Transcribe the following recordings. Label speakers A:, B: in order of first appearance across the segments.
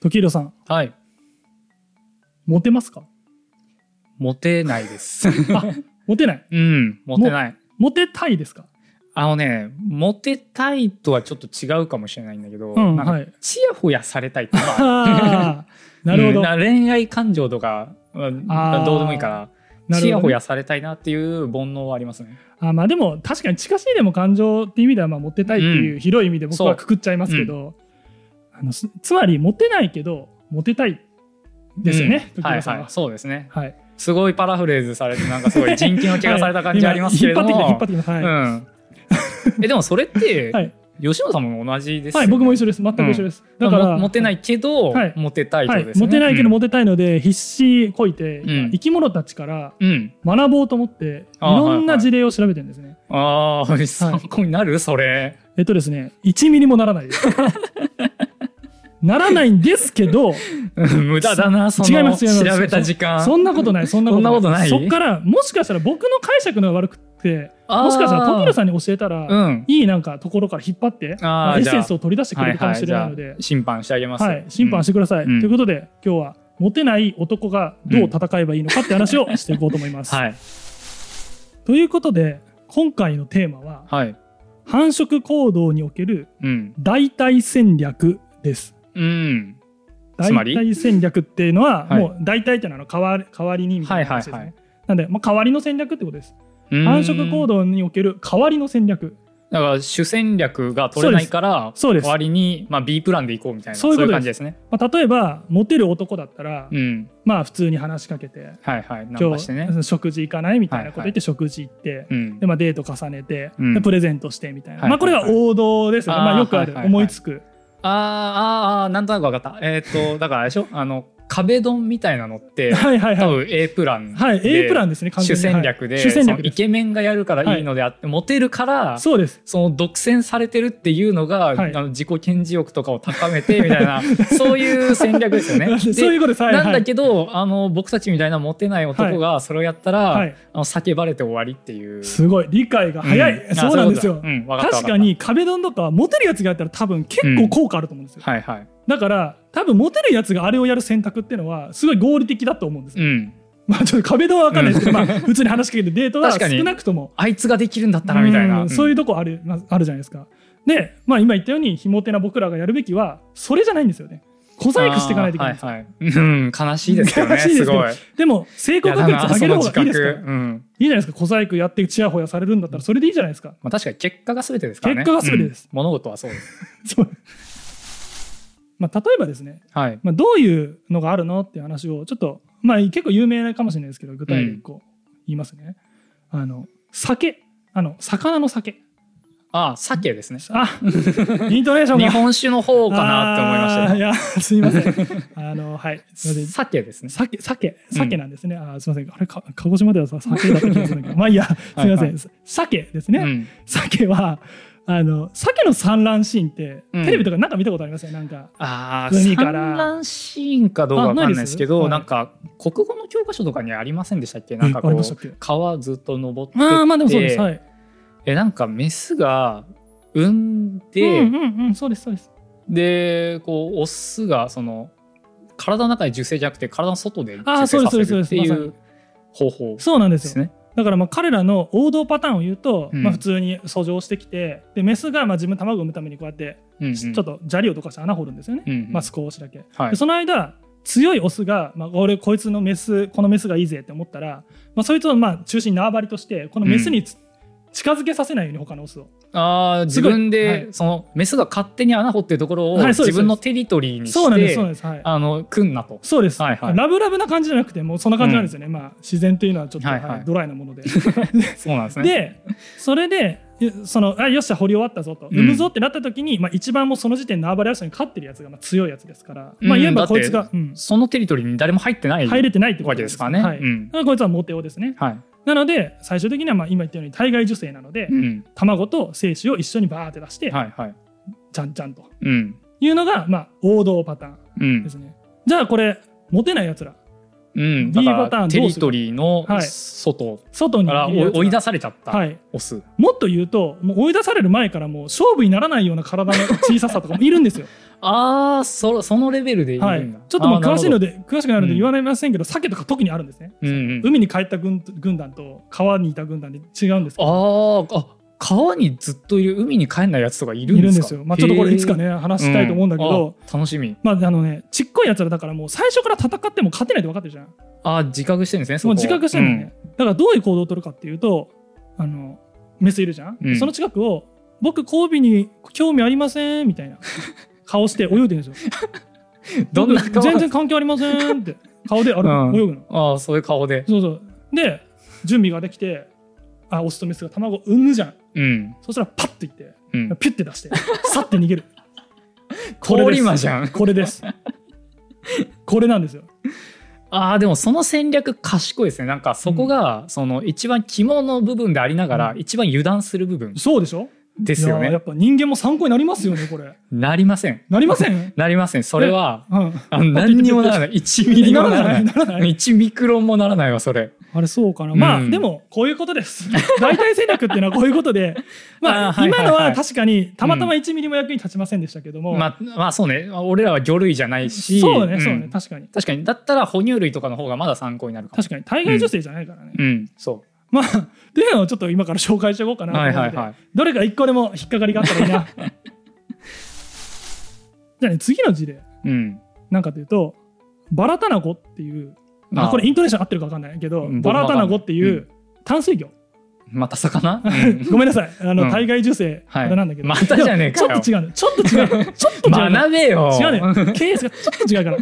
A: 時宏さん、
B: はい。
A: モテますか
B: モテないです。
A: モテない
B: うん、モテない。
A: モテたい ですか
B: あのね、モテたいとはちょっと違うかもしれないんだけど、
A: うん
B: なんか
A: はい
B: ちやほやされたいっていうのはある
A: あー なるほ
B: う
A: ど。
B: ん
A: な
B: な恋愛感情とか、うん
A: あー
B: どうでもいいか
A: る
B: ら、
A: ほど
B: ちやほ
A: ね
B: やされたいなっていう煩悩はありますね。
A: あまあでも確かに近しいでも感情っていう意味ではまあモテたいっていう広い意味で僕
B: そ
A: は
B: う
A: くくっちゃいますけど、あのすつまりモテないけどモテたいですよね、
B: うん
A: 時
B: はい
A: 宏さん
B: は、。
A: はい
B: そうですね。
A: はい、
B: すごいパラフレーズされて、なんかすごい人気の気がされた感じあります けれども。
A: はい今引っ張ってきた引っ張ってきたはい、
B: うん。え、でもそれって、
A: はい
B: 吉野さんも同じですよ
A: は
B: ね
A: い、僕も一緒です全く一緒です、だ
B: だ
A: か
B: かららモテないけど、
A: はい
B: モテたいっ
A: は
B: てこ
A: い
B: とですね、
A: モテないけど
B: うん
A: モテたいので必死こいて、
B: うん
A: 生き物たちから
B: うん
A: 学ぼうと思ってい
B: あー
A: ろんな事例を調べてるんですね、
B: ああ参考になるそれ
A: えっとですね1ミリもならないですならないんですけど
B: うん無駄だなその
A: 違います違います
B: 調べた時間
A: そんなことないそんなことない
B: そんなことない
A: そっからもしかしたら僕の解釈のが悪くて
B: あー
A: もしかしたら時野さんに教えたら、
B: うん
A: いいなんかところから引っ張って
B: あー
A: エッ
B: じゃあ
A: センスを取り出してくれるかもしれないので、
B: じゃあ審判してあげます、
A: はい、審判しててください。
B: うん
A: ということで今日はモテない男がどう戦えばいいのかって話をしていこうと思いま
B: う
A: す。
B: んはい
A: ということで今回のテーマは
B: はい
A: 繁殖行動における
B: うん
A: 代替戦略です。
B: うん
A: 代
B: つまり
A: 替戦略っていうのは
B: はい
A: もう代替っていうのはあの代わり代わりにみたいな話ですね。
B: はいはい
A: なんで、まあ、代わりの戦略ってことです。
B: うん
A: 繁殖行動における代わりの戦略。
B: だから主戦略が取れないから
A: そうです
B: 代わりに、まあ、B プランでいこうみたいな
A: そ
B: そうう
A: い
B: いう
A: こ
B: う
A: と
B: 感じですね
A: まあ、例えばモテる男だったら、
B: うん
A: まあ普通に話しかけて
B: はいはいナン
A: 今
B: パしてね
A: 日食事行かないみたいなこと言って食事行って、
B: うん
A: でまあ、デート重ねて、
B: うん
A: でプレゼントしてみたいな、
B: はい
A: まあ、これが王道ですよね、
B: はい
A: まあ、よくある、
B: あーはいはいはい
A: 思いつく
B: あーあーあーなんとなく分かったえーっ、とだからあれでしょあの壁ドンみたいなのって
A: はいはい
B: 多
A: はい、
B: 分 A プラン
A: はい、A プランですね完全
B: 主
A: に
B: 戦略で,、
A: はい主戦略
B: そのイ
A: です
B: ケメンがやるからいいのであって、モテるからそ
A: そうです
B: の独占されてるっていうの
A: は
B: が、
A: い
B: あの自己顕示欲とかを高めてみたいなそういう戦略ですよね。
A: そう
B: で
A: いうことですはい
B: なん
A: は
B: だ
A: い
B: けど、あの僕たちみたいなモテない男がそれをやったら、
A: はい、
B: あの叫ばれて終わりっていう。
A: すごい理解が
B: うん
A: 早い、
B: あ
A: そうなんですよ
B: そういうことだうんわかった
A: 確かに壁ドンとかモテるやつがやったら多分結構効果あると思うんですよ、
B: はいはい。
A: だから多分モテるやつがあれをやる選択っていうのはすごい合理的だと思うんですよ、
B: うん。
A: まあちょっと壁ドンは分かんないですけど、まあ普通に話しかけてデートは
B: 確かに
A: 少なくとも
B: あいつができるんだったらみたいな。
A: うんそういううとこある,、まあ、あるじゃないですかで、まあ、今言ったようにひも手な僕らがやるべきはそれじゃないんですよね小細工していかないといけないんですよ、
B: はいはい。うん悲しいですけどね。
A: 悲しいですけ
B: す
A: ど
B: ごい。
A: でも成功確率上げる方がいいですからい
B: やだなその自覚うん。
A: いじゃないですか小細工やってチヤホヤされるんだったらそれでいいじゃないですか
B: まあ確かに結果が全てですからね。
A: 結果が全てです
B: うん物事はそうです。
A: そう まあ例えばですね、
B: はい。
A: まあ、どういうのがあるのっていう話をちょっとまあ結構有名かもしれないですけど具体で一個言いますね、あの酒あの魚の酒
B: ああ、鮭ですね。
A: あ イントネーションが
B: 日本酒の方かなって思いました
A: あーい
B: よ。
A: や、すいません。 あの、はい、すいません。
B: 鮭ですね。
A: 鮭、鮭、
B: うん
A: 鮭なんですね。あー、すいません。あれ、か鹿児島ではさ、鮭だった気がするんだけど、まあ、いいや、すいません。
B: はいは
A: 鮭ですね。
B: うん
A: 鮭は、あの、鮭の産卵シーンって、
B: うん
A: テレビとかなんか見たことありますよ。なんか。
B: ああ、
A: 海
B: 産
A: から
B: 卵シーンかどうかわかんないですけど、
A: あな
B: ない
A: で
B: んか国語の教科書とかにありませんでしたっけ？なんかこ
A: あり
B: う
A: ましたっけ
B: 川ずっと登ってって、
A: ああ、まあ、でもそうです。はい。
B: えなんかメスが産んで、
A: うん、うん、うん、そうです。そうです。
B: でこうオスがその体の中で受精じゃなくて体の外で受
A: あー
B: 精
A: そうで
B: さ
A: す
B: せるってい
A: そうですそう
B: う方法
A: そうなんで
B: です
A: よ。
B: すね。
A: だからまあ彼らの王道パターンを言うと、
B: うん
A: まあ普通に遡上してきてでメスがまあ自分の卵を産むためにこうやって
B: うんうん
A: ちょっ、と砂利を溶かして穴掘るんですよね、
B: うんうん
A: まあ、少しだけ、
B: はい
A: でその間強いオスが、まあ、俺こいつのメスこのメスがいいぜって思ったら、まあ、そいつをまあ中心に縄張りとしてこのメスにつ、近づけさせないように他のオスを
B: あー
A: す
B: 自
A: ごい
B: 分で、
A: はい
B: そのメスが勝手に穴掘ってるところを
A: はいそうです
B: 自分のテリトリーにして、
A: そうなんですそうなんですはい
B: あの来んなと。
A: そうです、
B: はいはい
A: ラブラブな感じじゃなくてもうそんな感じなんですよね、まあ、自然というのはちょっと、
B: はいはい
A: はいドライなもので
B: そうなんですね。
A: でそれでえそのあよっしゃ掘り終わったぞと
B: うん
A: 産むぞってなった時に、まあ、一番もうその時点で縄張り争いに勝ってるやつがまあ強いやつですから、まあ、
B: うん
A: いえばこいつ
B: だ
A: が、うん
B: そのテリトリーに誰も入ってない
A: 入れてないってこ
B: わ
A: と
B: けですからね。
A: はい
B: うん
A: だからこいつはモテ男ですね
B: はい
A: なので最終的にはまあ今言ったように体外受精なので、
B: うん
A: 卵と精子を一緒にバーって出して、
B: はいはい
A: じゃんじゃんと
B: うん
A: いうのがまあ王道パターン
B: うん
A: ですね。じゃあこれモテないやつら
B: うん、だ
A: B
B: か
A: パターンど
B: ら
A: うす
B: テ
A: る
B: リトリーの
A: はい
B: 外
A: 外に
B: から
A: いるやつが
B: 追い出されちゃった
A: はい、
B: オス、
A: もっと言うともう追い出される前からもう勝負にならないような体の小ささとかもいるんですよ。
B: ああそそのレベルでいるんだ、
A: はい、ちょっともう詳しいの
B: で、
A: で詳しくなるので
B: うん
A: 言われませんけど、鮭とか特にあるんですね。
B: うんうん、
A: 海に帰った軍軍団と川にいた軍団で違うんですけど
B: あーあ川にずっといる海に帰んないやつとかいるん
A: い
B: で
A: るん
B: す
A: で
B: か
A: すよ。まあ、ちょっとこれいつか
B: ね
A: ね話したいと思うんだけど、
B: 楽しみ
A: まああのねちっこいやつらだからもう最初から戦っても勝てないって分かってるじゃん。
B: あー自覚してるんですねそ
A: もう
B: こ
A: 自覚してるのね、だからどういう行動を取るかっていうとあのメスいるじゃん、
B: うん
A: その近くを「僕交尾に興味ありません」みた いな顔して泳いでるんですよ。
B: うんどんな
A: 僕
B: 顔
A: 全然関係ありませんって顔である、
B: うん
A: 泳ぐの。
B: ああそういう顔で
A: そうそうで準備ができてあオスとメスが卵を産むじゃん
B: うん、
A: そしたらパッといって
B: うん、
A: ピュッて出してさって逃げ るこれです
B: 氷魔じゃん
A: これですこれなんですよ
B: あーでもその戦略賢いですねなんかそこがその一番肝の部分でありながら
A: う
B: 一番油断する部分
A: そうでしょ
B: です
A: い
B: よ
A: やーや
B: ね
A: っぱ人間も参考になりますよねこれ
B: なりません
A: なりませ ん、
B: なりませんそれは
A: うん、
B: あの何にもならない1ミリもならない
A: ならない
B: 1ミクロンもならないわそれ
A: あれそうかな、まあ
B: うん
A: でもこういうことです大体戦略っていうのはこういうことでまあ
B: あーはいは
A: 今
B: いはい
A: のは確かにたまたま1ミリも役に立ちませんでしたけども、
B: まあまあそうね俺らは魚類じゃないし
A: そうね
B: ん
A: そうね確かに
B: 確かにだったら哺乳類とかの方がまだ参考になるかも
A: 確かに体外女性じゃないからね、
B: うんそ
A: まあっていうのをちょっと今から紹介していこうか
B: う
A: なと思う
B: はい
A: ので、
B: はいはい
A: どれか一個でも引っかかりがあったらいいな じゃあね次の事例
B: うん
A: なんかというとバラタナゴっていうあ
B: あ
A: これイントネーション合ってるか分かんないけど
B: うん
A: バラタナゴっていうう淡水魚、
B: ま た魚、うん
A: ごめんなさいあの、
B: うん
A: 体外受精
B: は
A: あ
B: い
A: れなんだけど、
B: またじゃねえかよ
A: でもちょっと違うのちょっと違うのちょっと違うの
B: 学べよ
A: 違うねケースが ちょっと違うから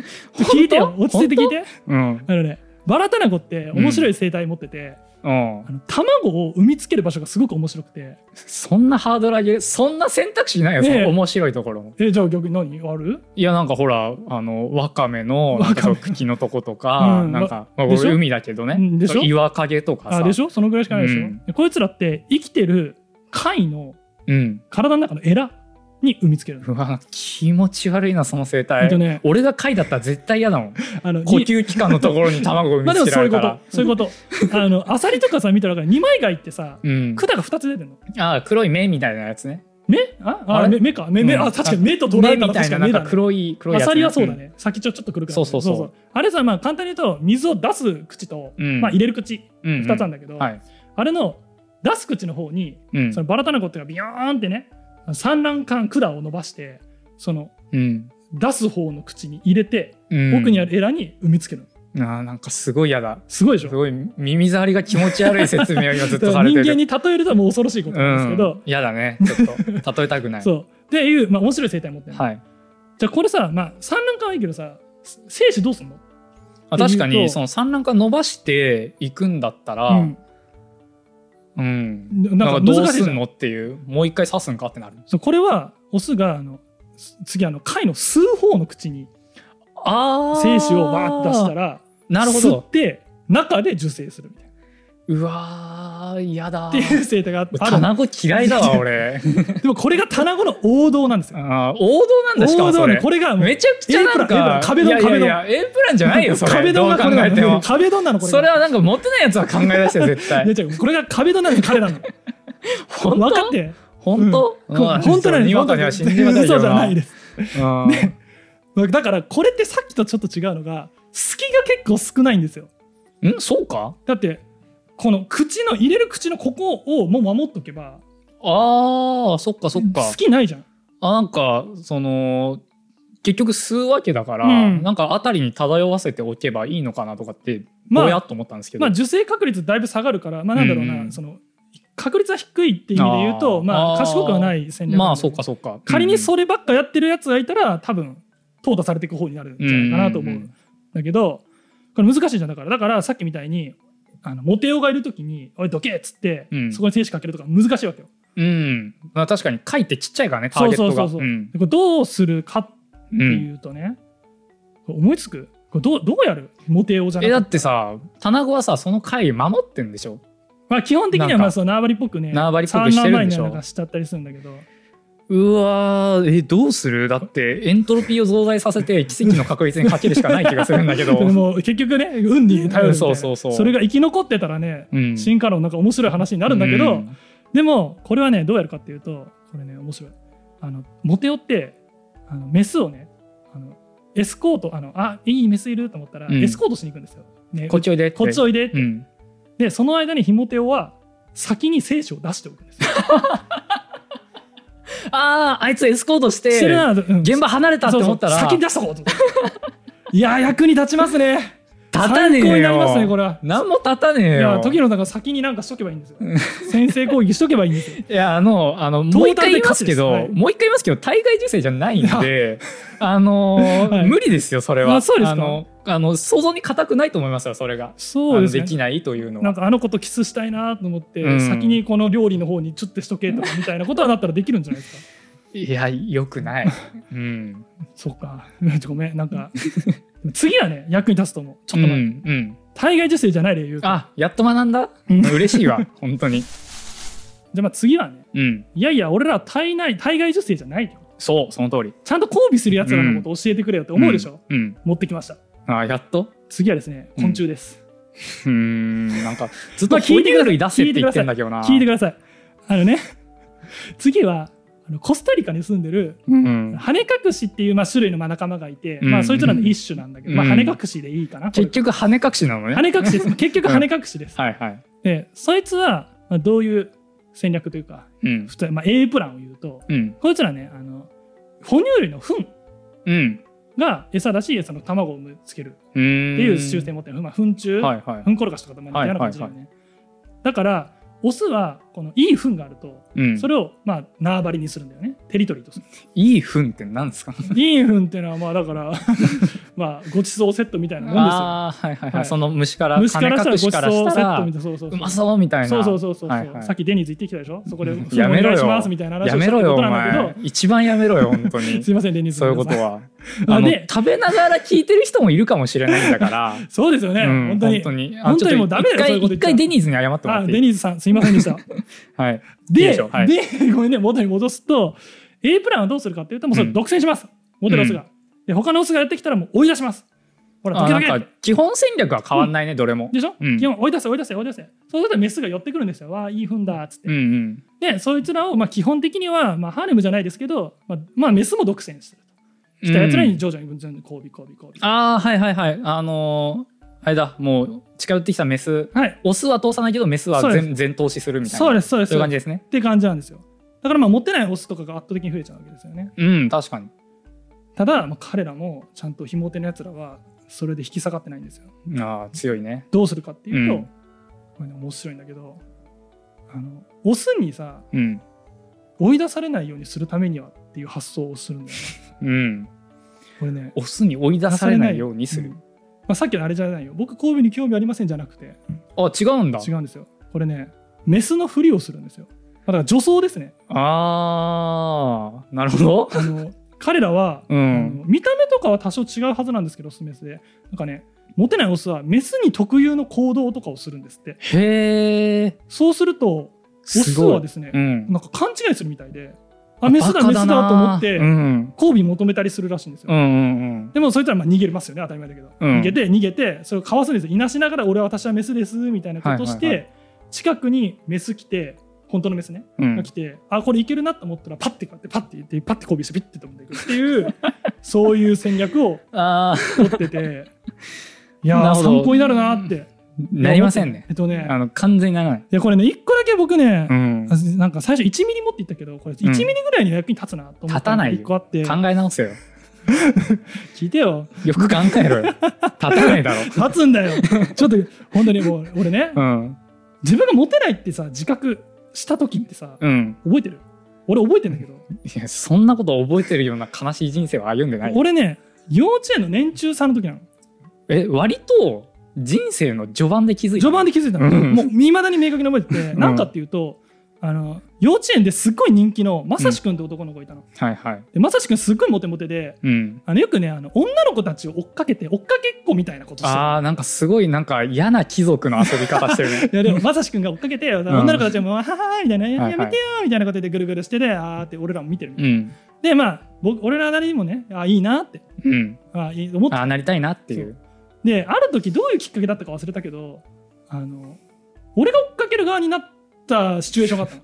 A: 聞いてよ落ち着いて聞いて
B: うん
A: あのねバラタナゴって面白い生態持ってて、
B: うん
A: あの卵を産みつける場所がすごく面白くて
B: そんなハードル上げるそんな選択肢ないよ、
A: ねえ
B: その面白いところ
A: えじゃあ逆に何ある
B: いやなんかほらあのワカメの
A: ワカメ
B: 茎のとことか、
A: うん
B: なんか、まあ、
A: でしょ
B: 俺海だけどね
A: うんでしょ
B: 岩陰とかさ
A: あでしょそのぐらいしかないでしょ、
B: うん
A: でこいつらって生きてる貝の
B: うん、
A: 体の中のエラに産みつけるの
B: うわ気持ち悪いなその生
A: ほん
B: 態、
A: とね
B: 俺が貝だったら絶対嫌だもん
A: あの
B: 呼
A: に
B: 吸器官のところに卵
A: ま
B: を見
A: あでも
B: つけ
A: そ
B: ら
A: うい
B: れ
A: うこ
B: た
A: と
B: ら、
A: そういうこと あのアサリとかさ見たら分かる二枚貝ってさ
B: うん、
A: 管が2つ出てるの
B: あ黒い目みたいなやつね
A: 目ああ
B: あれ
A: 目目か目目、
B: うん
A: あ確かに目と捉え
B: 目
A: た
B: み
A: ら
B: た
A: 確か
B: いな
A: に
B: な
A: 目
B: ん
A: だ
B: か
A: ね
B: 黒い黒い
A: ア
B: やつ、ね、
A: サリはそうだね、先っちょちょっとくるから、
B: そうそうそう
A: あれさまあ簡単に言うと水を出す口と、
B: うん
A: まあ、入れる口
B: うん、うん
A: 2つなんだけど、
B: はい、
A: あれの出す口の方に
B: うん
A: そのバラタナゴっていうのがビヨーンってね産卵管管を伸ばしてその
B: うん
A: 出す方の口に入れて
B: うん、
A: 奥にあるエラに産みつけるの
B: あーなんかすごい嫌だ
A: すごいですしょ
B: ごい耳障りが気持ち悪い説明を今ずっ
A: だ
B: と
A: か
B: さ
A: ら
B: れ
A: 人
B: て
A: 間
B: る
A: に例えるともう恐ろしいことなんですけど、
B: うん、嫌だねちょっと例えたくな い
A: そうっていう、まあ、面白い生態持ってるの、
B: はい
A: じゃあこれさ、まあ、産卵管はいいけどさ精子どうすんの
B: あ確か
A: っていう
B: に
A: と
B: その産卵管伸ばしていくんだったら、うん
A: うん、
B: なん
A: な
B: か
A: んか
B: どう
A: 難しい
B: す
A: じゃ
B: ん
A: ん
B: のっていうもう一回刺すんかってなる
A: そうこれはオスがあのす次あの貝の吸う方の口に
B: あ
A: 精子をバーッと出した
B: ら
A: ら
B: なるほ
A: 吸っ
B: ど
A: て中で受精するみたいな
B: うわー嫌だ
A: っていう生態があってあ
B: 卵嫌いだわ俺
A: るでもこれがタナゴの王道なんですよ
B: あー王道なんだしかも
A: 王
B: そ
A: 道ね
B: れ
A: これがもう
B: めちゃくちゃなん
A: A プラ
B: か
A: A プラ壁ドン
B: いやいやいや
A: 壁
B: A プランじゃないよそれ
A: 壁ドンが
B: ど
A: こ
B: う
A: れ
B: 考
A: な
B: え
A: の
B: ても
A: 壁ドンなのこれが
B: それはなんかモテないやつは考え出してよ絶
A: いや
B: 対
A: 違うこれが壁ドンなの彼らの
B: 本
A: 分かってよ
B: 本当、
A: こ
B: うん
A: 本当なの
B: にわかには信じがたいよ
A: 嘘じゃないです
B: うん
A: だからこれってさっきとちょっと違うのが隙が結構少ないんですよ
B: んそうか
A: だってこの口の入れる口のここをもう守っとけば
B: あーそっかそっか
A: 隙ないじゃん
B: あなんかその結局吸うわけだから、
A: うん
B: なんかあたりに漂わせておけばいいのかなとかって
A: まあ
B: ぼやっと思ったんですけど、
A: まあ受精確率だいぶ下がるからまあなんだろうな、
B: うんうん
A: その確率は低いって意味で言うと
B: あー
A: まあ
B: あー
A: 賢くはない戦略
B: まあそうかそうか
A: 仮に
B: う
A: そればっかやってるやつがいたら多分淘汰されていく方になるんじゃないかなと思う、
B: うんうんうん
A: だけどこれ難しいじゃんだからだからさっきみたいにあのモテ男がいる時に「おいどけ!」っつって、
B: うん
A: そこに精子かけるとか難しいわけよ。
B: ん、うんまあ、確かに貝ってちっちゃいからねターゲットが
A: そうそうそうそうんでこれどうするかっ
B: う
A: て
B: ん
A: いうとね、これ思いつくこれどうどうやるモテ男じゃな
B: え
A: く
B: だ
A: て、
B: ってさ棚子はさその貝守ってんでしょ
A: まあ、基本的には
B: なんか
A: まあその縄張りっぽくね
B: 縄張りっぽくしてるんでし
A: 三男前に
B: ょ
A: なんかしちゃったりするんだけど
B: うわーえどうするだってエントロピーを増大させて奇跡の確率にかけるしかない気がするんだ けど、
A: でも結局ね運に頼るみたいな
B: うんそうそうそう
A: それが生き残ってたらね
B: うん、
A: 進化論なんか面白い話になるんだけど、でもこれはねどうやるかっていうとこれね面白いあのモテ男ってあのメスをねあのエスコートあのあいいメスいると思ったら、
B: うん
A: エスコートしに行くんですよ、ね、
B: こっちおいでて
A: こっちおいでって、
B: うん、
A: でその間にヒモテオは先に精子を出しておくん ですよ。
B: あああいつエスコートして
A: してるな、うん
B: 現場離れたって思ったら
A: そうそう先に出しとこうと思って。い やー役に立ちますね。
B: 立たねえ
A: 参
B: よ
A: 考になりますねこれは。
B: 何も立たね
A: い
B: え
A: や
B: よ
A: 時のなんか先になんかしとけばいいんですよ。先制攻撃しとけばいいんです よ。
B: いやあのあの
A: ト
B: もう
A: ー
B: 一
A: タルで
B: 回言いますけど、
A: 勝ちですはい
B: もう一回言いますけど体外受精じゃないんであのー
A: はい
B: 無理ですよそれは
A: あそうですか
B: あのあの想像に固くないと思いますよそれが
A: そうです
B: あのでき
A: ね。
B: ないというのは
A: なんかあの子とキスしたいなと思って、
B: うん
A: 先にこの料理の方にチュッてしとけとかみたいなことはだったらできるんじゃないです か。
B: いやよくない、 うん、
A: そうか。 ごめんなんか 次はね役に立つと思う。ちょっ
B: う
A: と
B: ん
A: 待って。
B: うん
A: 体外受精じゃない例言うから。
B: あやっと学んだ
A: うん
B: 嬉しいわ本当に
A: じゃあまあ次はね
B: うん
A: いやいや俺らは体内体外受精じゃないよ。
B: そうその通り
A: ちゃんと交尾するやつらのことを教えてくれよって思うでしょ、
B: うん、
A: 持ってきました
B: うんあやっと
A: 次はですね
B: うん
A: 昆虫です、
B: うーんなんかずっと
A: まあ聞いてください
B: 哺乳類出せって言ってんだけどな
A: 聞いてくださいあのね 次はあのコスタリカに住んでる
B: うん
A: 羽根隠しっていう、まあ、種類のまあ仲間がいて、
B: うん
A: まあ、そいつらの一種なんだけど、まあ、
B: うん
A: 羽根隠しでいいかな、これ
B: 結局羽隠しなのね
A: 羽根隠しで す結局羽根隠しです、
B: はいはい
A: でそいつはまあどういう戦略というか
B: うん
A: 普通、まあ、A プランを言うと
B: うん
A: こいつらねあの哺乳類の糞
B: うん
A: が餌だし餌の卵を産むつける
B: うーん
A: っていう習性を持ってる、まあ、糞虫、
B: はいはい
A: 糞転がしとかとまあ似たような感じだよね、だからオスはこのいい糞があると
B: うん
A: それをまあ縄張りにするんだよねテリトリーとする
B: いい糞って何です か
A: いい糞っていうのはまあだから まあごちそうセットみたいなもんですよ
B: あーはいはいは
A: はい
B: いその虫から
A: 虫からしたら
B: 羽
A: ご
B: 隠
A: ちそ
B: し
A: うセ
B: からした
A: ット
B: ら
A: みたいなそうそうそう
B: うまそうみたいな
A: そうそうそうそう、
B: はいはい
A: さっきデニーズ行ってきたでしょそこで「
B: やめろ
A: お願
B: よ
A: いします」みたいな話
B: や
A: をし
B: め
A: たっ
B: ろ
A: て
B: よ
A: こ
B: お
A: となんだ
B: 前
A: け
B: 一番やめろよ本当
A: ど
B: に
A: すいませんデニーズ
B: そういうこと
A: は
B: は
A: あ
B: あの
A: で
B: 食べながら聞いてる人もいるかもしれないんだから
A: そうです よね、
B: うん
A: 本当に
B: にあ
A: 本当に
B: ちょっと
A: もうダメだよ
B: 一回
A: そういうこと言
B: 一
A: ったら
B: 回デニーズに謝ってもら
A: あ
B: って
A: デ
B: いい
A: ニーズさんすいませんでした
B: はいいいで
A: で
B: しょはい
A: でごめんね元に戻すと A プランはどうするかっていうともうそれ
B: うん
A: 独占します、モテロスが、で他のオスがやってきたらもう追い出しますほら
B: あ
A: 時
B: なん
A: 々
B: か基本戦略は変わんないね、どれも。
A: でしょ、
B: うん
A: 基本追い出せ追い出せ追い出せそうするとメスが寄ってくるんですよわあいいふんだっつって、
B: うんうん。
A: でそいつらをまあ基本的には、まあ、ハーレムじゃないですけど、まあ、まあメスも独占するとしたやつら
B: う
A: に
B: ん
A: 徐々に徐々に交尾交尾交
B: ああはいはいはいあのーあれだもう近寄ってきたメス
A: 尾はい
B: オスは通さないけどメスは
A: そうです
B: 全全投資するみたいな
A: そうですそうです
B: そういう感じですね。
A: って感じなんですよだからまあ持ってないオスとかが圧倒的に増えちゃうわけですよね
B: うん確かに。
A: ただ、まあ、彼らもちゃんとひも手のやつらはそれで引き下がってないんですよ
B: ああ強いね。
A: どうするかっていうと、
B: うん
A: これね面白いんだけどあのオスにさ
B: うん
A: 追い出されないようにするためにはっていう発想をするんだよね
B: うん。
A: これね
B: オスに追い出されないようにす
A: うん
B: る
A: ま。あ、さっきのあれじゃないよ僕神戸に興味ありませんじゃなくて
B: あ違うんだ。
A: 違うんですよこれねメスのふりをするんですよまあだから女装ですね
B: ああなるほど。
A: あの彼らは、
B: う
A: あ
B: ん。
A: の見た目とかは多少違うはずなんですけどオスメスでなんかねモテないオスはメスに特有の行動とかをするんですって
B: へえ。
A: そうするとオ
B: す
A: ス
B: ご。
A: はいですね
B: うん。
A: なんか勘違いするみたいで、あ、メスだ、
B: バ
A: メ
B: カ
A: ス
B: な
A: だと思って
B: う、ん
A: 交尾求めたりするらしいんです
B: う
A: よ。
B: んうん
A: でも、そいつらまあ逃げますよね、当たり前だけど。
B: うん
A: 逃げて、逃げて、それをかわすんですよ。いなしながら、俺は私はメスです、みたいなことし
B: はいは
A: て、近くにメス来て、本当のメスね、
B: うん。うん
A: が来て、あ、これいけるなと思ったら、パッてこうやって、パッて行って、パッて交尾して、ピッて飛んでいくっていう、 そういう戦略を
B: ああ
A: 取ってて、い
B: な
A: や
B: る
A: ー、
B: ほど
A: 参考になるなって。
B: なりませんね
A: え。っとね
B: あ、の完全にならない。
A: いやこれね、一個だけ僕ね
B: う、ん。
A: あなんか最初1ミリ持っていったけどこれ1ミリぐらいには役に立つなと思っ
B: 立
A: た
B: た
A: の
B: な
A: が
B: いよ
A: 1個あって、
B: 考え直せよ。
A: 聞いてよ
B: よく考え ろよ。立たないだろ。
A: 立つんだ よちょっと本当にもう俺ね
B: うん。
A: 自分がモテないってさ自覚した時ってさ
B: うん。
A: 覚えてる俺覚えてんだけど
B: いや、そんなこと覚えてるような悲しい人生を歩んでない。
A: 俺ね幼稚園の年中さんの時なの
B: え、割と人生の序盤で気づいた。
A: 序盤で気づいたの、
B: うん
A: もう未だに明確に覚えてて
B: うん
A: なんかっていうとあの幼稚園ですっごい人気のまさしくんって男の子がいたの、
B: はいはい。
A: でまさしくんすっごいモテモテで
B: うん。
A: あのよくねあの女の子たちを追っかけて追っかけっこみたいなことしてる
B: ああ、なんかすごいなんか嫌な貴族の遊び方して
A: 。
B: るね
A: いやでもまさしくんが追っかけて女の子たちも「ははー」みたいな「や
B: はい
A: やめてよ」みたいなことでぐるぐるしててあーって俺らも見てる、
B: うん。
A: でまあ僕俺らなりにもねあいいなって
B: うん。
A: あいい思って
B: ああ、なりたいなっていう。
A: である時どういうきっかけだったか忘れたけどあの俺が追っかける側になったシチュエーションがあったの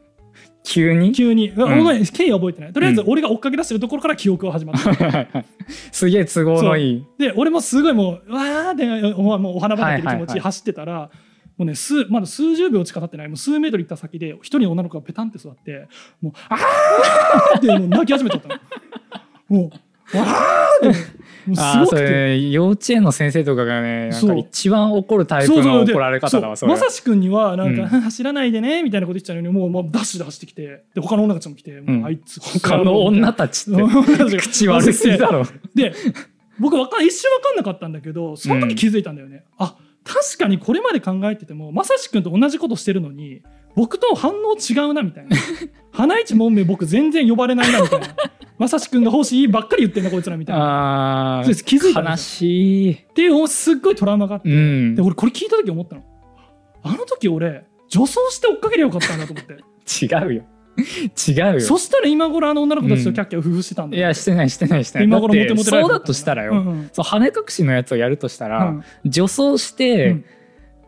B: 急に
A: 急に、うんん、経緯は覚えてないとりあえず俺が追っかけ出してるところから記憶は始まった、
B: すげえ都合のいい。
A: で俺もすごいもううわーっておもうお花畑の気持
B: はいはいは
A: ち
B: い
A: 走ってたら、もうね数まだ数十秒しか経ってないもう数メートル行った先で一人の女の子がペタンって座ってもう「あー!」ってもう泣き始めちゃったのもう「あー!」ってもう
B: ああ
A: すご
B: ー、
A: く
B: そ
A: て。
B: れ、ね、幼稚園の先生とかがね、なん
A: そ
B: か
A: う
B: 一番怒るタイ
A: そ
B: プ
A: うそ
B: の
A: うで
B: 怒られ方だわ、
A: そ
B: そうれ。
A: まさしくんにはなんか、
B: うん
A: 走らないでねみたいなこと言ってたのにもう、まあ、ダッシュで走ってきてで他の女たちも来て、もう
B: うん
A: あいつ
B: 他の女たち って。
A: 女たちが
B: 口悪すぎだろ。
A: で僕わかん一瞬分かんなかったんだけどその時気づいたんだよね、あ確かにこれまで考えててもまさしくんと同じことしてるのに僕と反応違うなみた いな花一門名僕全然呼ばれないなみたいなまさしくんが欲しいばっかり言ってんだこいつらみたいな
B: ああ
A: そうです気づいたん
B: 悲
A: です
B: しい。
A: っていうすっごいトラウマがあって
B: うん
A: で。俺これ聞いた時思ったのあの時俺女装して追っかけりゃよかったんだと思って
B: 違うよ。違うよ。
A: そしたら今頃あの女の子たちとキャッキャ夫婦してたんだ
B: い
A: よ、
B: や、してない、してない、してない。
A: 今頃
B: だっ
A: モテ
B: て
A: モテライ
B: そ
A: ブ
B: うだとしたらよ、
A: うんうん
B: そう羽隠しのやつをやるとしたら、
A: うん
B: 女装して、
A: うん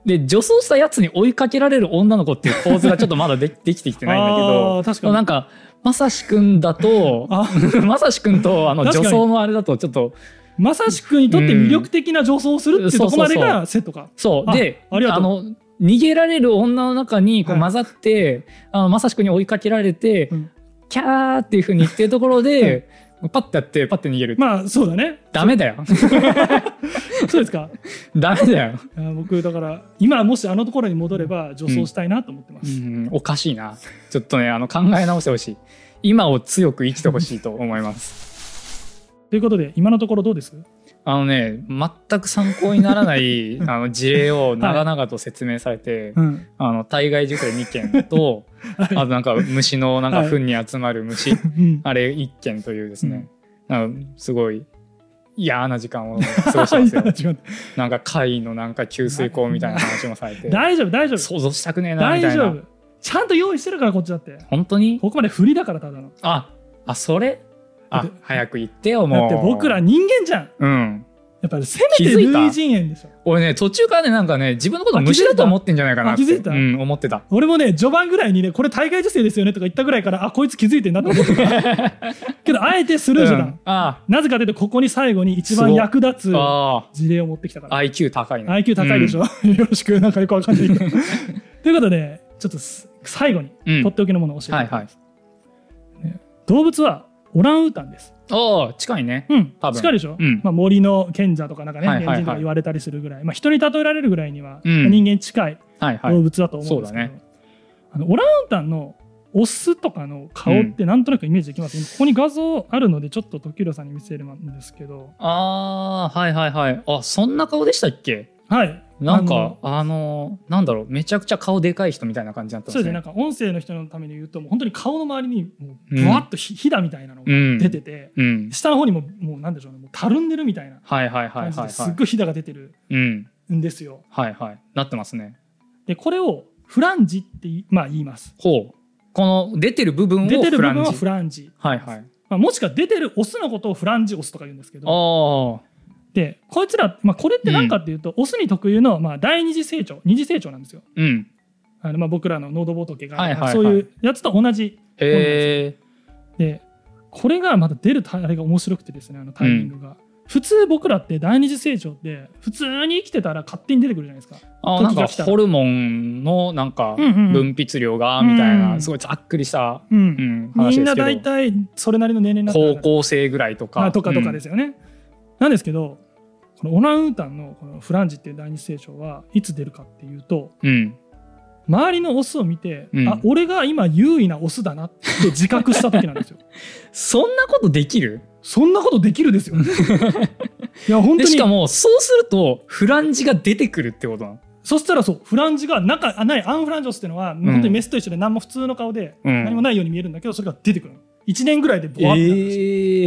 B: で女装したやつに追いかけられる女の子っていう構図がちょっと まだでできてきてないんだけ
A: あ
B: ど
A: ー確か
B: そう
A: に
B: なんかまさしくんだと
A: あ
B: まさしくんとあの
A: 確か
B: 女
A: に
B: 装のあれだとちょっと
A: まさしくんにとって魅力的な女装をするっていうとこまでがセットか。
B: そう
A: あ
B: で
A: ありがとう
B: の逃げられる女の中にこう
A: はい
B: 混ざって、あのまさしくんに追いかけられて、
A: うん
B: キャーっていうふうに言ってるところで、パッてやってパッて逃げる、
A: まあそうだね。
B: ダメだよ
A: そうですか。
B: ダメだよ、
A: あー僕だから今もしあのところに戻れば女装したいなと思ってま
B: う
A: す。
B: ん、おかしいなちょっとねあの考え直してほしい今を強く生きてほしいと思います
A: ということで今のところどうです？
B: あのね全く参考にならない あの事例を長々と説明されて、
A: うん。
B: あの体外受精2件 とあとなんか虫のなんか糞に集まる虫、
A: うん。
B: あれ1件というですね、なんかすごい嫌な時間を過ごしてます よ
A: 違う
B: なんか貝のなんか給水口みたいな話もされて
A: 大丈夫大丈夫。
B: 想像したくねえな
A: 大
B: みたい
A: 丈
B: な
A: 夫。ちゃんと用意してるからこっちだって。
B: 本当に
A: ここまで振りだからただの。
B: ああそれ
A: だっ
B: あ
A: て
B: 早く言ってよ
A: だ
B: も
A: っ
B: う
A: て僕ら人間じゃん。
B: うん
A: やっぱりせめて
B: 気づいた
A: 類人猿でしょ。
B: 俺ね途中からねなんかね自分のこと
A: あ気づいた
B: 虫だと思ってんじゃないかなって
A: あ気づいた
B: うん、思ってた
A: 俺もね序盤ぐらいにねこれ大会女性ですよねとか言ったぐらいからあこいつ気づいてんなって思ってた けどあえてスルーしてたの、
B: うんあ
A: なぜかというとここに最後に一
B: す
A: 番
B: ご
A: 役立つ
B: あ
A: 事例を持ってきたから
B: あ IQ 高いね
A: IQ 高いでしょ、 よろしくなんかよくわかんないけどということでちょっとす最後に
B: うん
A: とっておきのものを教えて、
B: はいはい
A: 動物はオランウータンです
B: おー近いね
A: うん
B: 多分
A: 近いでしょ、
B: うん
A: まあ、森の賢者とかなんかね、
B: はいはいは
A: 賢
B: い
A: 人とか言われたりするぐらい、まあ、人に例えられるぐらいには、
B: うん
A: まあ人間近い
B: はいは
A: 動
B: い
A: 物だと思うんですけど、
B: そうだね
A: あのオランウータンのオスとかの顔ってなんとなくイメージできます、ここに画像あるのでちょっと時宏さんに見せるんですけど
B: ああはいはいはいあそんな顔でしたっけ
A: はい
B: な
A: あ
B: んか
A: の
B: あのーなんだろうめちゃくちゃ顔でかい人みたいな感じだったん
A: そ
B: で
A: う
B: す
A: ですねなんか
B: ね
A: 音声の人のために言うともう本当に顔の周りにもうぶわっとひひだみたいなの
B: う
A: が
B: ん
A: 出てて、
B: うん
A: 下の方にももうなんでしょうねもうたるんでるみたいな
B: はいはいは
A: 感
B: い
A: じ
B: はい
A: です
B: は
A: っごいひだが出てる
B: いうん
A: んですよ
B: はいはいなってますね
A: でこれをフランジってい、まあ、言います
B: ほうこの出てる部分を
A: 出てる
B: フ
A: 部
B: ラ
A: 分
B: ン
A: は
B: ジ
A: フランジ、
B: はいはい
A: まあ、もしくは出てるオスのことをフランジオスとか言うんですけど
B: ああ
A: でこいつら、まあ、これって何かっていうと、オスに特有の、まあ、第二次成長二次成長なんですよ
B: うん
A: あの、まあ、僕らのノード仏が、
B: はいはいはい
A: そういうやつと同じ
B: へえ
A: でこれがまた出るタイあれが面白くてですねあのタイミングが、普通僕らって第二次成長って普通に生きてたら勝手に出てくるじゃないですか
B: あなん
A: 時が
B: か
A: 来たら
B: ホルモンのなんか
A: うんうんうん
B: 分泌量がみたいな、
A: うん
B: すごいざっくりした、
A: う、
B: うんん、
A: み
B: 話
A: ん
B: で
A: な
B: すけど
A: 大体それなりの年齢になって
B: 高
A: から
B: 校生ぐらいとか、
A: あとかとかですすよね、なんですけどこのオランウータンのこのフランジっていう第二次成長はいつ出るかっていうと
B: うんうん
A: 周りのオスを見て、
B: うん
A: あ俺が今優位なオスだなって自覚した時なん ですよ
B: そんなことできる
A: そんなことできるです よいや本
B: で
A: 当
B: しか
A: に
B: もそうするとフランジが出てくるってことなの
A: そしたらそうフランジが中あないアンフランジョスっていうのは、本当にメスと一緒で何も普通の顔で
B: うん
A: 何もないように見えるんだけどそれが出てくるの1年ぐらいでボワッてなるんですよ
B: え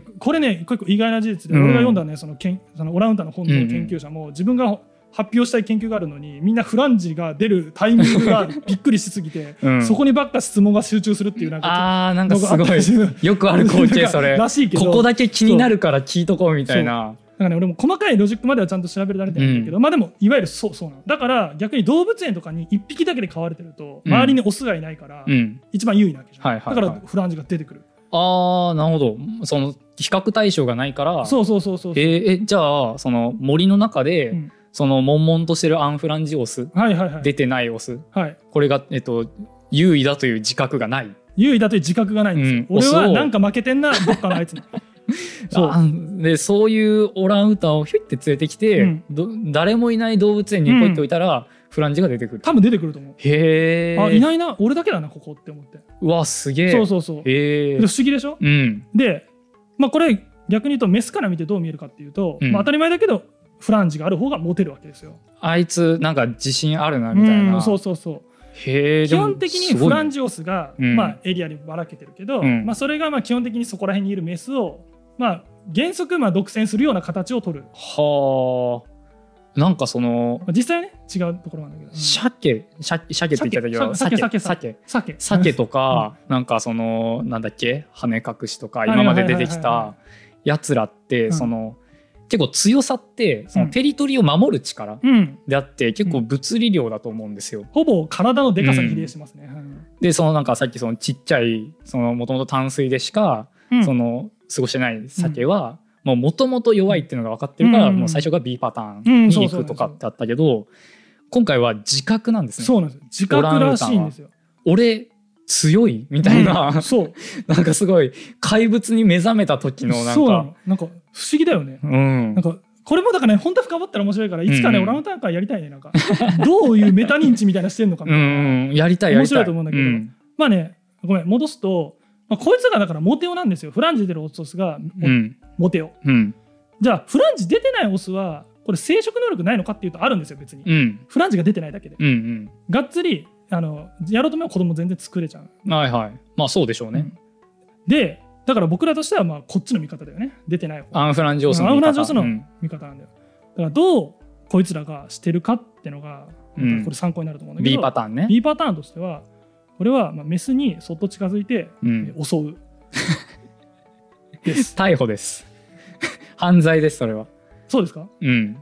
A: でこれね結構意外な事実で、
B: うん
A: 俺が読んだねそのけんそのオランウータンの本の研究者も、自分が発表したい研究があるのにみんなフランジが出るタイミングがびっくりしすぎて、
B: うん
A: そこにばっか質問が集中するっていうなんか
B: あーなんか
A: のがあ
B: す
A: った
B: ご
A: りする
B: いよくある光景それ
A: らしいけど
B: ここだけ気になるから聞いとこうみたい
A: だか
B: な
A: らね俺も細かいロジックまではちゃんと調べられてないんだけど、まあでもいわゆるそうそうなのだから逆に動物園とかに1匹だけで飼われてると
B: うん
A: 周りにオスがいないから、
B: うん
A: 一番優位なわけじゃん、
B: はいはいはい
A: だからフランジが出てくる、
B: あーなるほどその比較対象がないから
A: そうそうそうそう
B: えーえじゃあその森の中で、
A: うん
B: その悶々としてるアンフランジオス
A: はいはいはい
B: 出てないオス
A: はい
B: これがえっと優位だという自覚がない
A: 優位だという自覚がないんですよ、
B: うん
A: 俺
B: あ
A: は
B: そう
A: なんか負けてんなどっかのあいつ にそう
B: あでそういうオランウータンをひょいって連れてきて、
A: うん
B: ど誰もいない動物園にポイっておいたら、フランジが出てくる
A: 多分出てくると思う、
B: へえ
A: あいないな俺だけだなここって思って、
B: うわすげえ
A: そうそうそうで
B: へえ
A: 不思議でしょ
B: うん
A: で、まあ、これ逆に言うとメスから見てどう見えるかっていうと、
B: うん
A: まあ、当たり前だけどフランジがある方がモテるわけですよ
B: あいつなんか自信あるなみたいな、
A: うんそうそうそう
B: へえ
A: 基本的にフラン
B: ジ
A: ジオスが、
B: うん
A: まあ、エリアにばらけてるけど、
B: うん
A: まあ、それがまあ基本的にそこら辺にいるメスを、まあ、原則まあ独占するような形を取る、
B: はあなんかその
A: まあ、実際はね違うところなんだけど、うん
B: 鮭鮭鮭って言っちゃったけど
A: 鮭鮭鮭鮭
B: 鮭鮭とか、なんかそのなんだっけ羽隠しとか
A: いはい
B: 今まで出
A: はいは
B: てき
A: いはい
B: たやつらって、
A: うんそ
B: その結構強さってそのテリトリーを守る力
A: うん
B: であって、結構物理量だと思うんですよ。
A: ほぼ体のでかさに比例してますね、
B: でそのなんかさっきそのちっちゃいそのもともと淡水でしか、
A: うん
B: その過ごしてない鮭は、もともと弱いっていうのが分かってるから、
A: うん
B: もう最初が B パター
A: う
B: ン
A: ん
B: に
A: そう
B: 行
A: そう
B: くとかってあったけど、今回は自覚なんですね。
A: そうなんですよ自覚らしいんですよ
B: 俺強いみたいな、
A: うん そう
B: なんかすごい怪物に目覚めた時のなん
A: そうな
B: か
A: のなんか不思議だよね、
B: うん
A: なんかこれもだからね本当は深掘ったら面白いからいつかね、
B: うんうん
A: オランウータン会やりたいねなんかどういうメタ認知みたいなしてんのかみ
B: う
A: たいな、
B: んうんやりたいやりたい
A: 面白いと思うんだけどまあねごめん戻すと、まあ、こいつがだからモテオなんですよフランジ出るオスがモ,、
B: うん
A: モテオ
B: うん
A: じゃあフランジ出てないオスはこれ生殖能力ないのかっていうとあるんですよ別に、
B: うんうん
A: フランジが出てないだけで
B: うん
A: がっつりあのやろうと思えば子供全然作れちゃう
B: うんはいはいまあそうでしょうね、
A: うんでだから僕らとしてはまあこっちの味方だよね出てない方
B: アンフランジオスの
A: アンフ
B: 見方
A: ランジョスの
B: うん
A: 味方なんだよだからどうこいつらがしてるかってのが
B: うん
A: これ参考になると思うんだけど、
B: B パターンね
A: B パターンとしてはこれはまあメスにそっと近づいて
B: うん
A: え襲うです
B: 逮捕です 犯罪ですそれは
A: そうですか
B: うん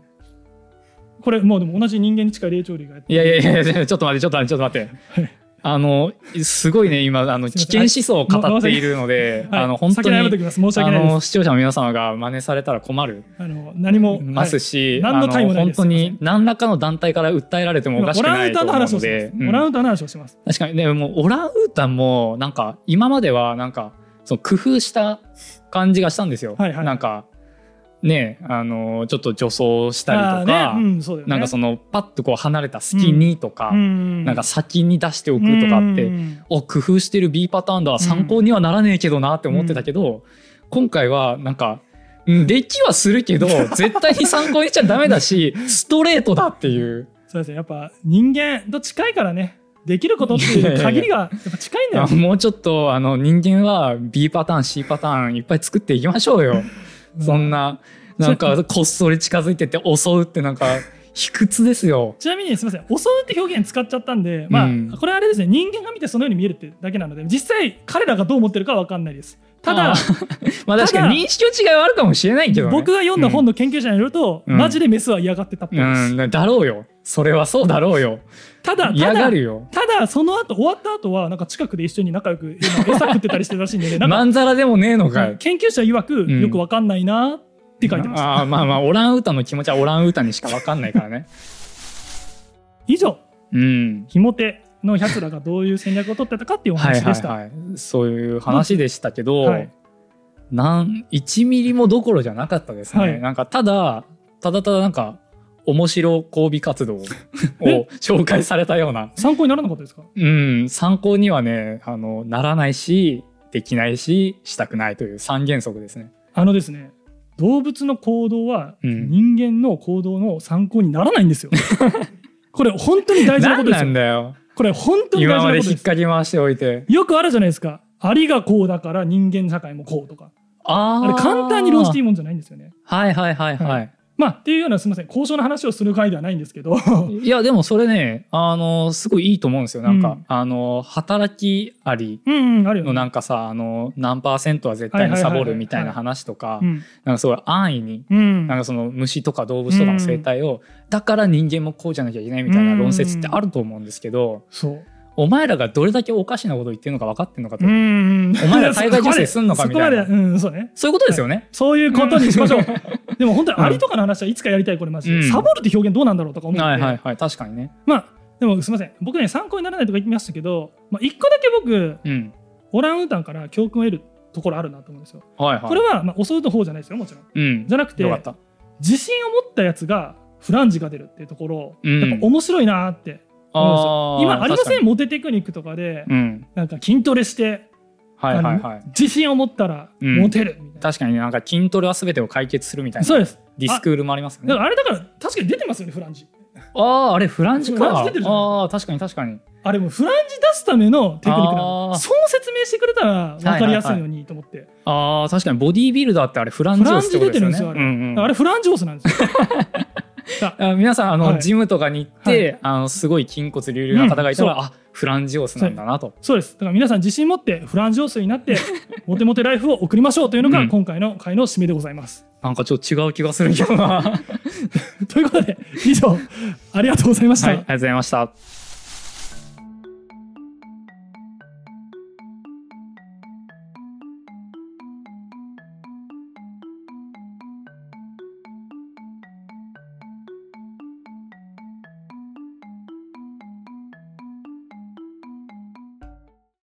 A: これもうでも同じ人間に近い霊長類がやって
B: いやいやいやいやちょっと待ってちょっと待ってちょっと待ってあのすごいね今あの
A: すい
B: 危
A: ません
B: 険思想を語っているので、
A: はい
B: あの本当
A: 先に謝ってお
B: に
A: きます申し
B: あ
A: 訳ないで
B: の
A: す
B: 視聴者の皆様が真似されたら困る
A: あの何も
B: ますし、
A: はい何の
B: あ
A: タイムない
B: 本
A: です
B: 当に何らかの団体から訴えられて
A: は
B: も
A: い
B: おかし
A: オ
B: く
A: ランウ
B: ない
A: ー
B: と
A: タンの
B: 思うの
A: 話をし
B: で
A: ます、
B: うん
A: オランウータンの話をします
B: 確かにねもうオランウータンもなんか今まではなんかその工夫した感じがしたんですよ。
A: はいはい
B: なんかねあのちょっと女装したりと
A: あ
B: か、
A: ーねうんそうだよね
B: なんかそのパッとこう離れた隙にとか、
A: うん
B: なんか先に出しておくとかって、
A: うん
B: お工夫してる B パターンだ参考にはならねえけどなって思ってたけど、今回はなんかうんできはする けど絶対に参考にしちゃダメだしストレートだっていう
A: そうですねやっぱ人間と近いからねできることっていう限りがやっぱ近いんだよ
B: あもうちょっとあの人間は B パターン C パターンいっぱい作っていきましょうよ、そんななんかこっそり近づいてって襲うってなんか卑屈ですよ。
A: ちなみにすみません襲うって表現使っちゃったんでまあ、
B: うん
A: これはあれですね人間が見てそのように見えるってだけなので実際彼らがどう思ってるかは分かんないですただ
B: あーまあ確かに認識の違いはあるかもしれないけど、ね、
A: 僕が読んだ本の研究者によると、
B: うん
A: マジでメスは嫌がってたっぽいです、
B: うんだろうよそれはそうだろうよ
A: ただ
B: 嫌
A: た
B: が
A: だ
B: るよ
A: ただその後終わった後はなんか近くで一緒に仲良く今餌食ってたりしてるらしいんでねなんか
B: まんざらでもねえのかい
A: 研究者曰く、
B: ん
A: よく分かんないなって書いてました
B: あーまあまあオランウータンの気持ちはオランウータンにしか分かんないから ね
A: 以上
B: うん
A: ひもてのやつらがどういう戦略を取ってたかっていうお
B: はい
A: 話で
B: はい
A: した、
B: はいそういう話でしたけど、
A: はい
B: なん1ミリもどころじゃなかったですね、
A: はい
B: なんかただただただなんか面白交尾活動を
A: え
B: 紹介されたような
A: 参考にならなかったですか
B: うん参考にはねあのならないしできないししたくないという三原則ですね
A: あのですね動物の行動は
B: うん
A: 人間の行動の参考にならないんですよ。 これ本当に大事なこと
B: 何
A: で
B: な
A: すよ
B: ん。だよ
A: これ本当に大
B: 今
A: 事
B: ま
A: な
B: で
A: こと
B: 引
A: で
B: っ
A: す。
B: かき回しておいて
A: よくあるじゃないですか。アリがこうだから人間社会もこうとか。
B: あ
A: あ
B: ー
A: れ簡単に論していいもんじゃないんですよね。
B: はいはいはいは、
A: はいまあっていうようなすみません交渉の話をする回ではないんですけ ど。
B: い、やでもそれねあのすごいいいと思うんですよなんか、
A: うん
B: あの働きあり
A: うんうんあるよね。
B: のなんかさあの何パーセントは絶対にサボるみたいな話とか
A: うん
B: なんかすごい安易に
A: うん
B: なんかその虫とか動物とかの生態を、だから人間もこうじゃなきゃいけないみたいな論説ってあると思うんですけど、
A: そう。
B: お前らがどれだけおかしなこと言ってるのか分かってんのかと、
A: ん
B: お前ら海外女性すんのかみたいな
A: そこまでうんそうね。
B: そういうことですよね。
A: そういうことにしましょう。でも本当にアリとかの話はいつかやりたいこれマジで、
B: うん
A: サボるって表現どうなんだろうとか思って、
B: はいはいはい確かにね。
A: まあでもすみません僕ね参考にならないとか言ってましたけど、まあ、一個だけ僕
B: うん
A: オランウータンから教訓を得るところあるなと思うんですよ。
B: はいはい。
A: これは、まあ、襲うと方じゃないですよもちろん。
B: うん
A: じゃなくて
B: よかった。
A: 自信を持ったやつがフランジが出るっていうところ、
B: うん
A: やっぱ面白いなーって思うんですよ。今ありませ
B: 確
A: んモテテクニックとかで、
B: かにうん
A: なんか筋トレして、
B: はいはい
A: あ
B: は
A: の
B: い。
A: 自信を持ったら
B: うん
A: モテるみたいな。
B: 確かになんか筋トレは全てを解決するみたいな
A: そうです。
B: ディスクールもありますよ
A: だ
B: ね
A: か。らあれだから確かに出てますよねフランジ。
B: ああーあれフランジ
A: フラン
B: か。
A: ジ出てるじゃない
B: ああ確かに確かに。
A: あれもフランジ出すためのテクニックな
B: あー
A: のそう説明してくれたら分かりやすいのにと思って、
B: ああ確かにボディービルダーってあれフランジオスってこと
A: フランジ出て
B: ですよね。
A: るんですよあれ
B: うんうん
A: あれフランジオスなんですよだ
B: あ皆さんあの、
A: はい
B: ジムとかに行って、あのすごい筋骨隆々な方がいたら、
A: うん
B: あフランジオスなんだなと。
A: そうですだから皆さん自信持ってフランジオスにな ってモテモテライフを送りましょうというの
B: う
A: が
B: ん
A: 今回の回の締めでございます、
B: なんかちょっと違う気が するけどな。はい、あり
A: ということで以上ありがとうございました、
B: がとうございました。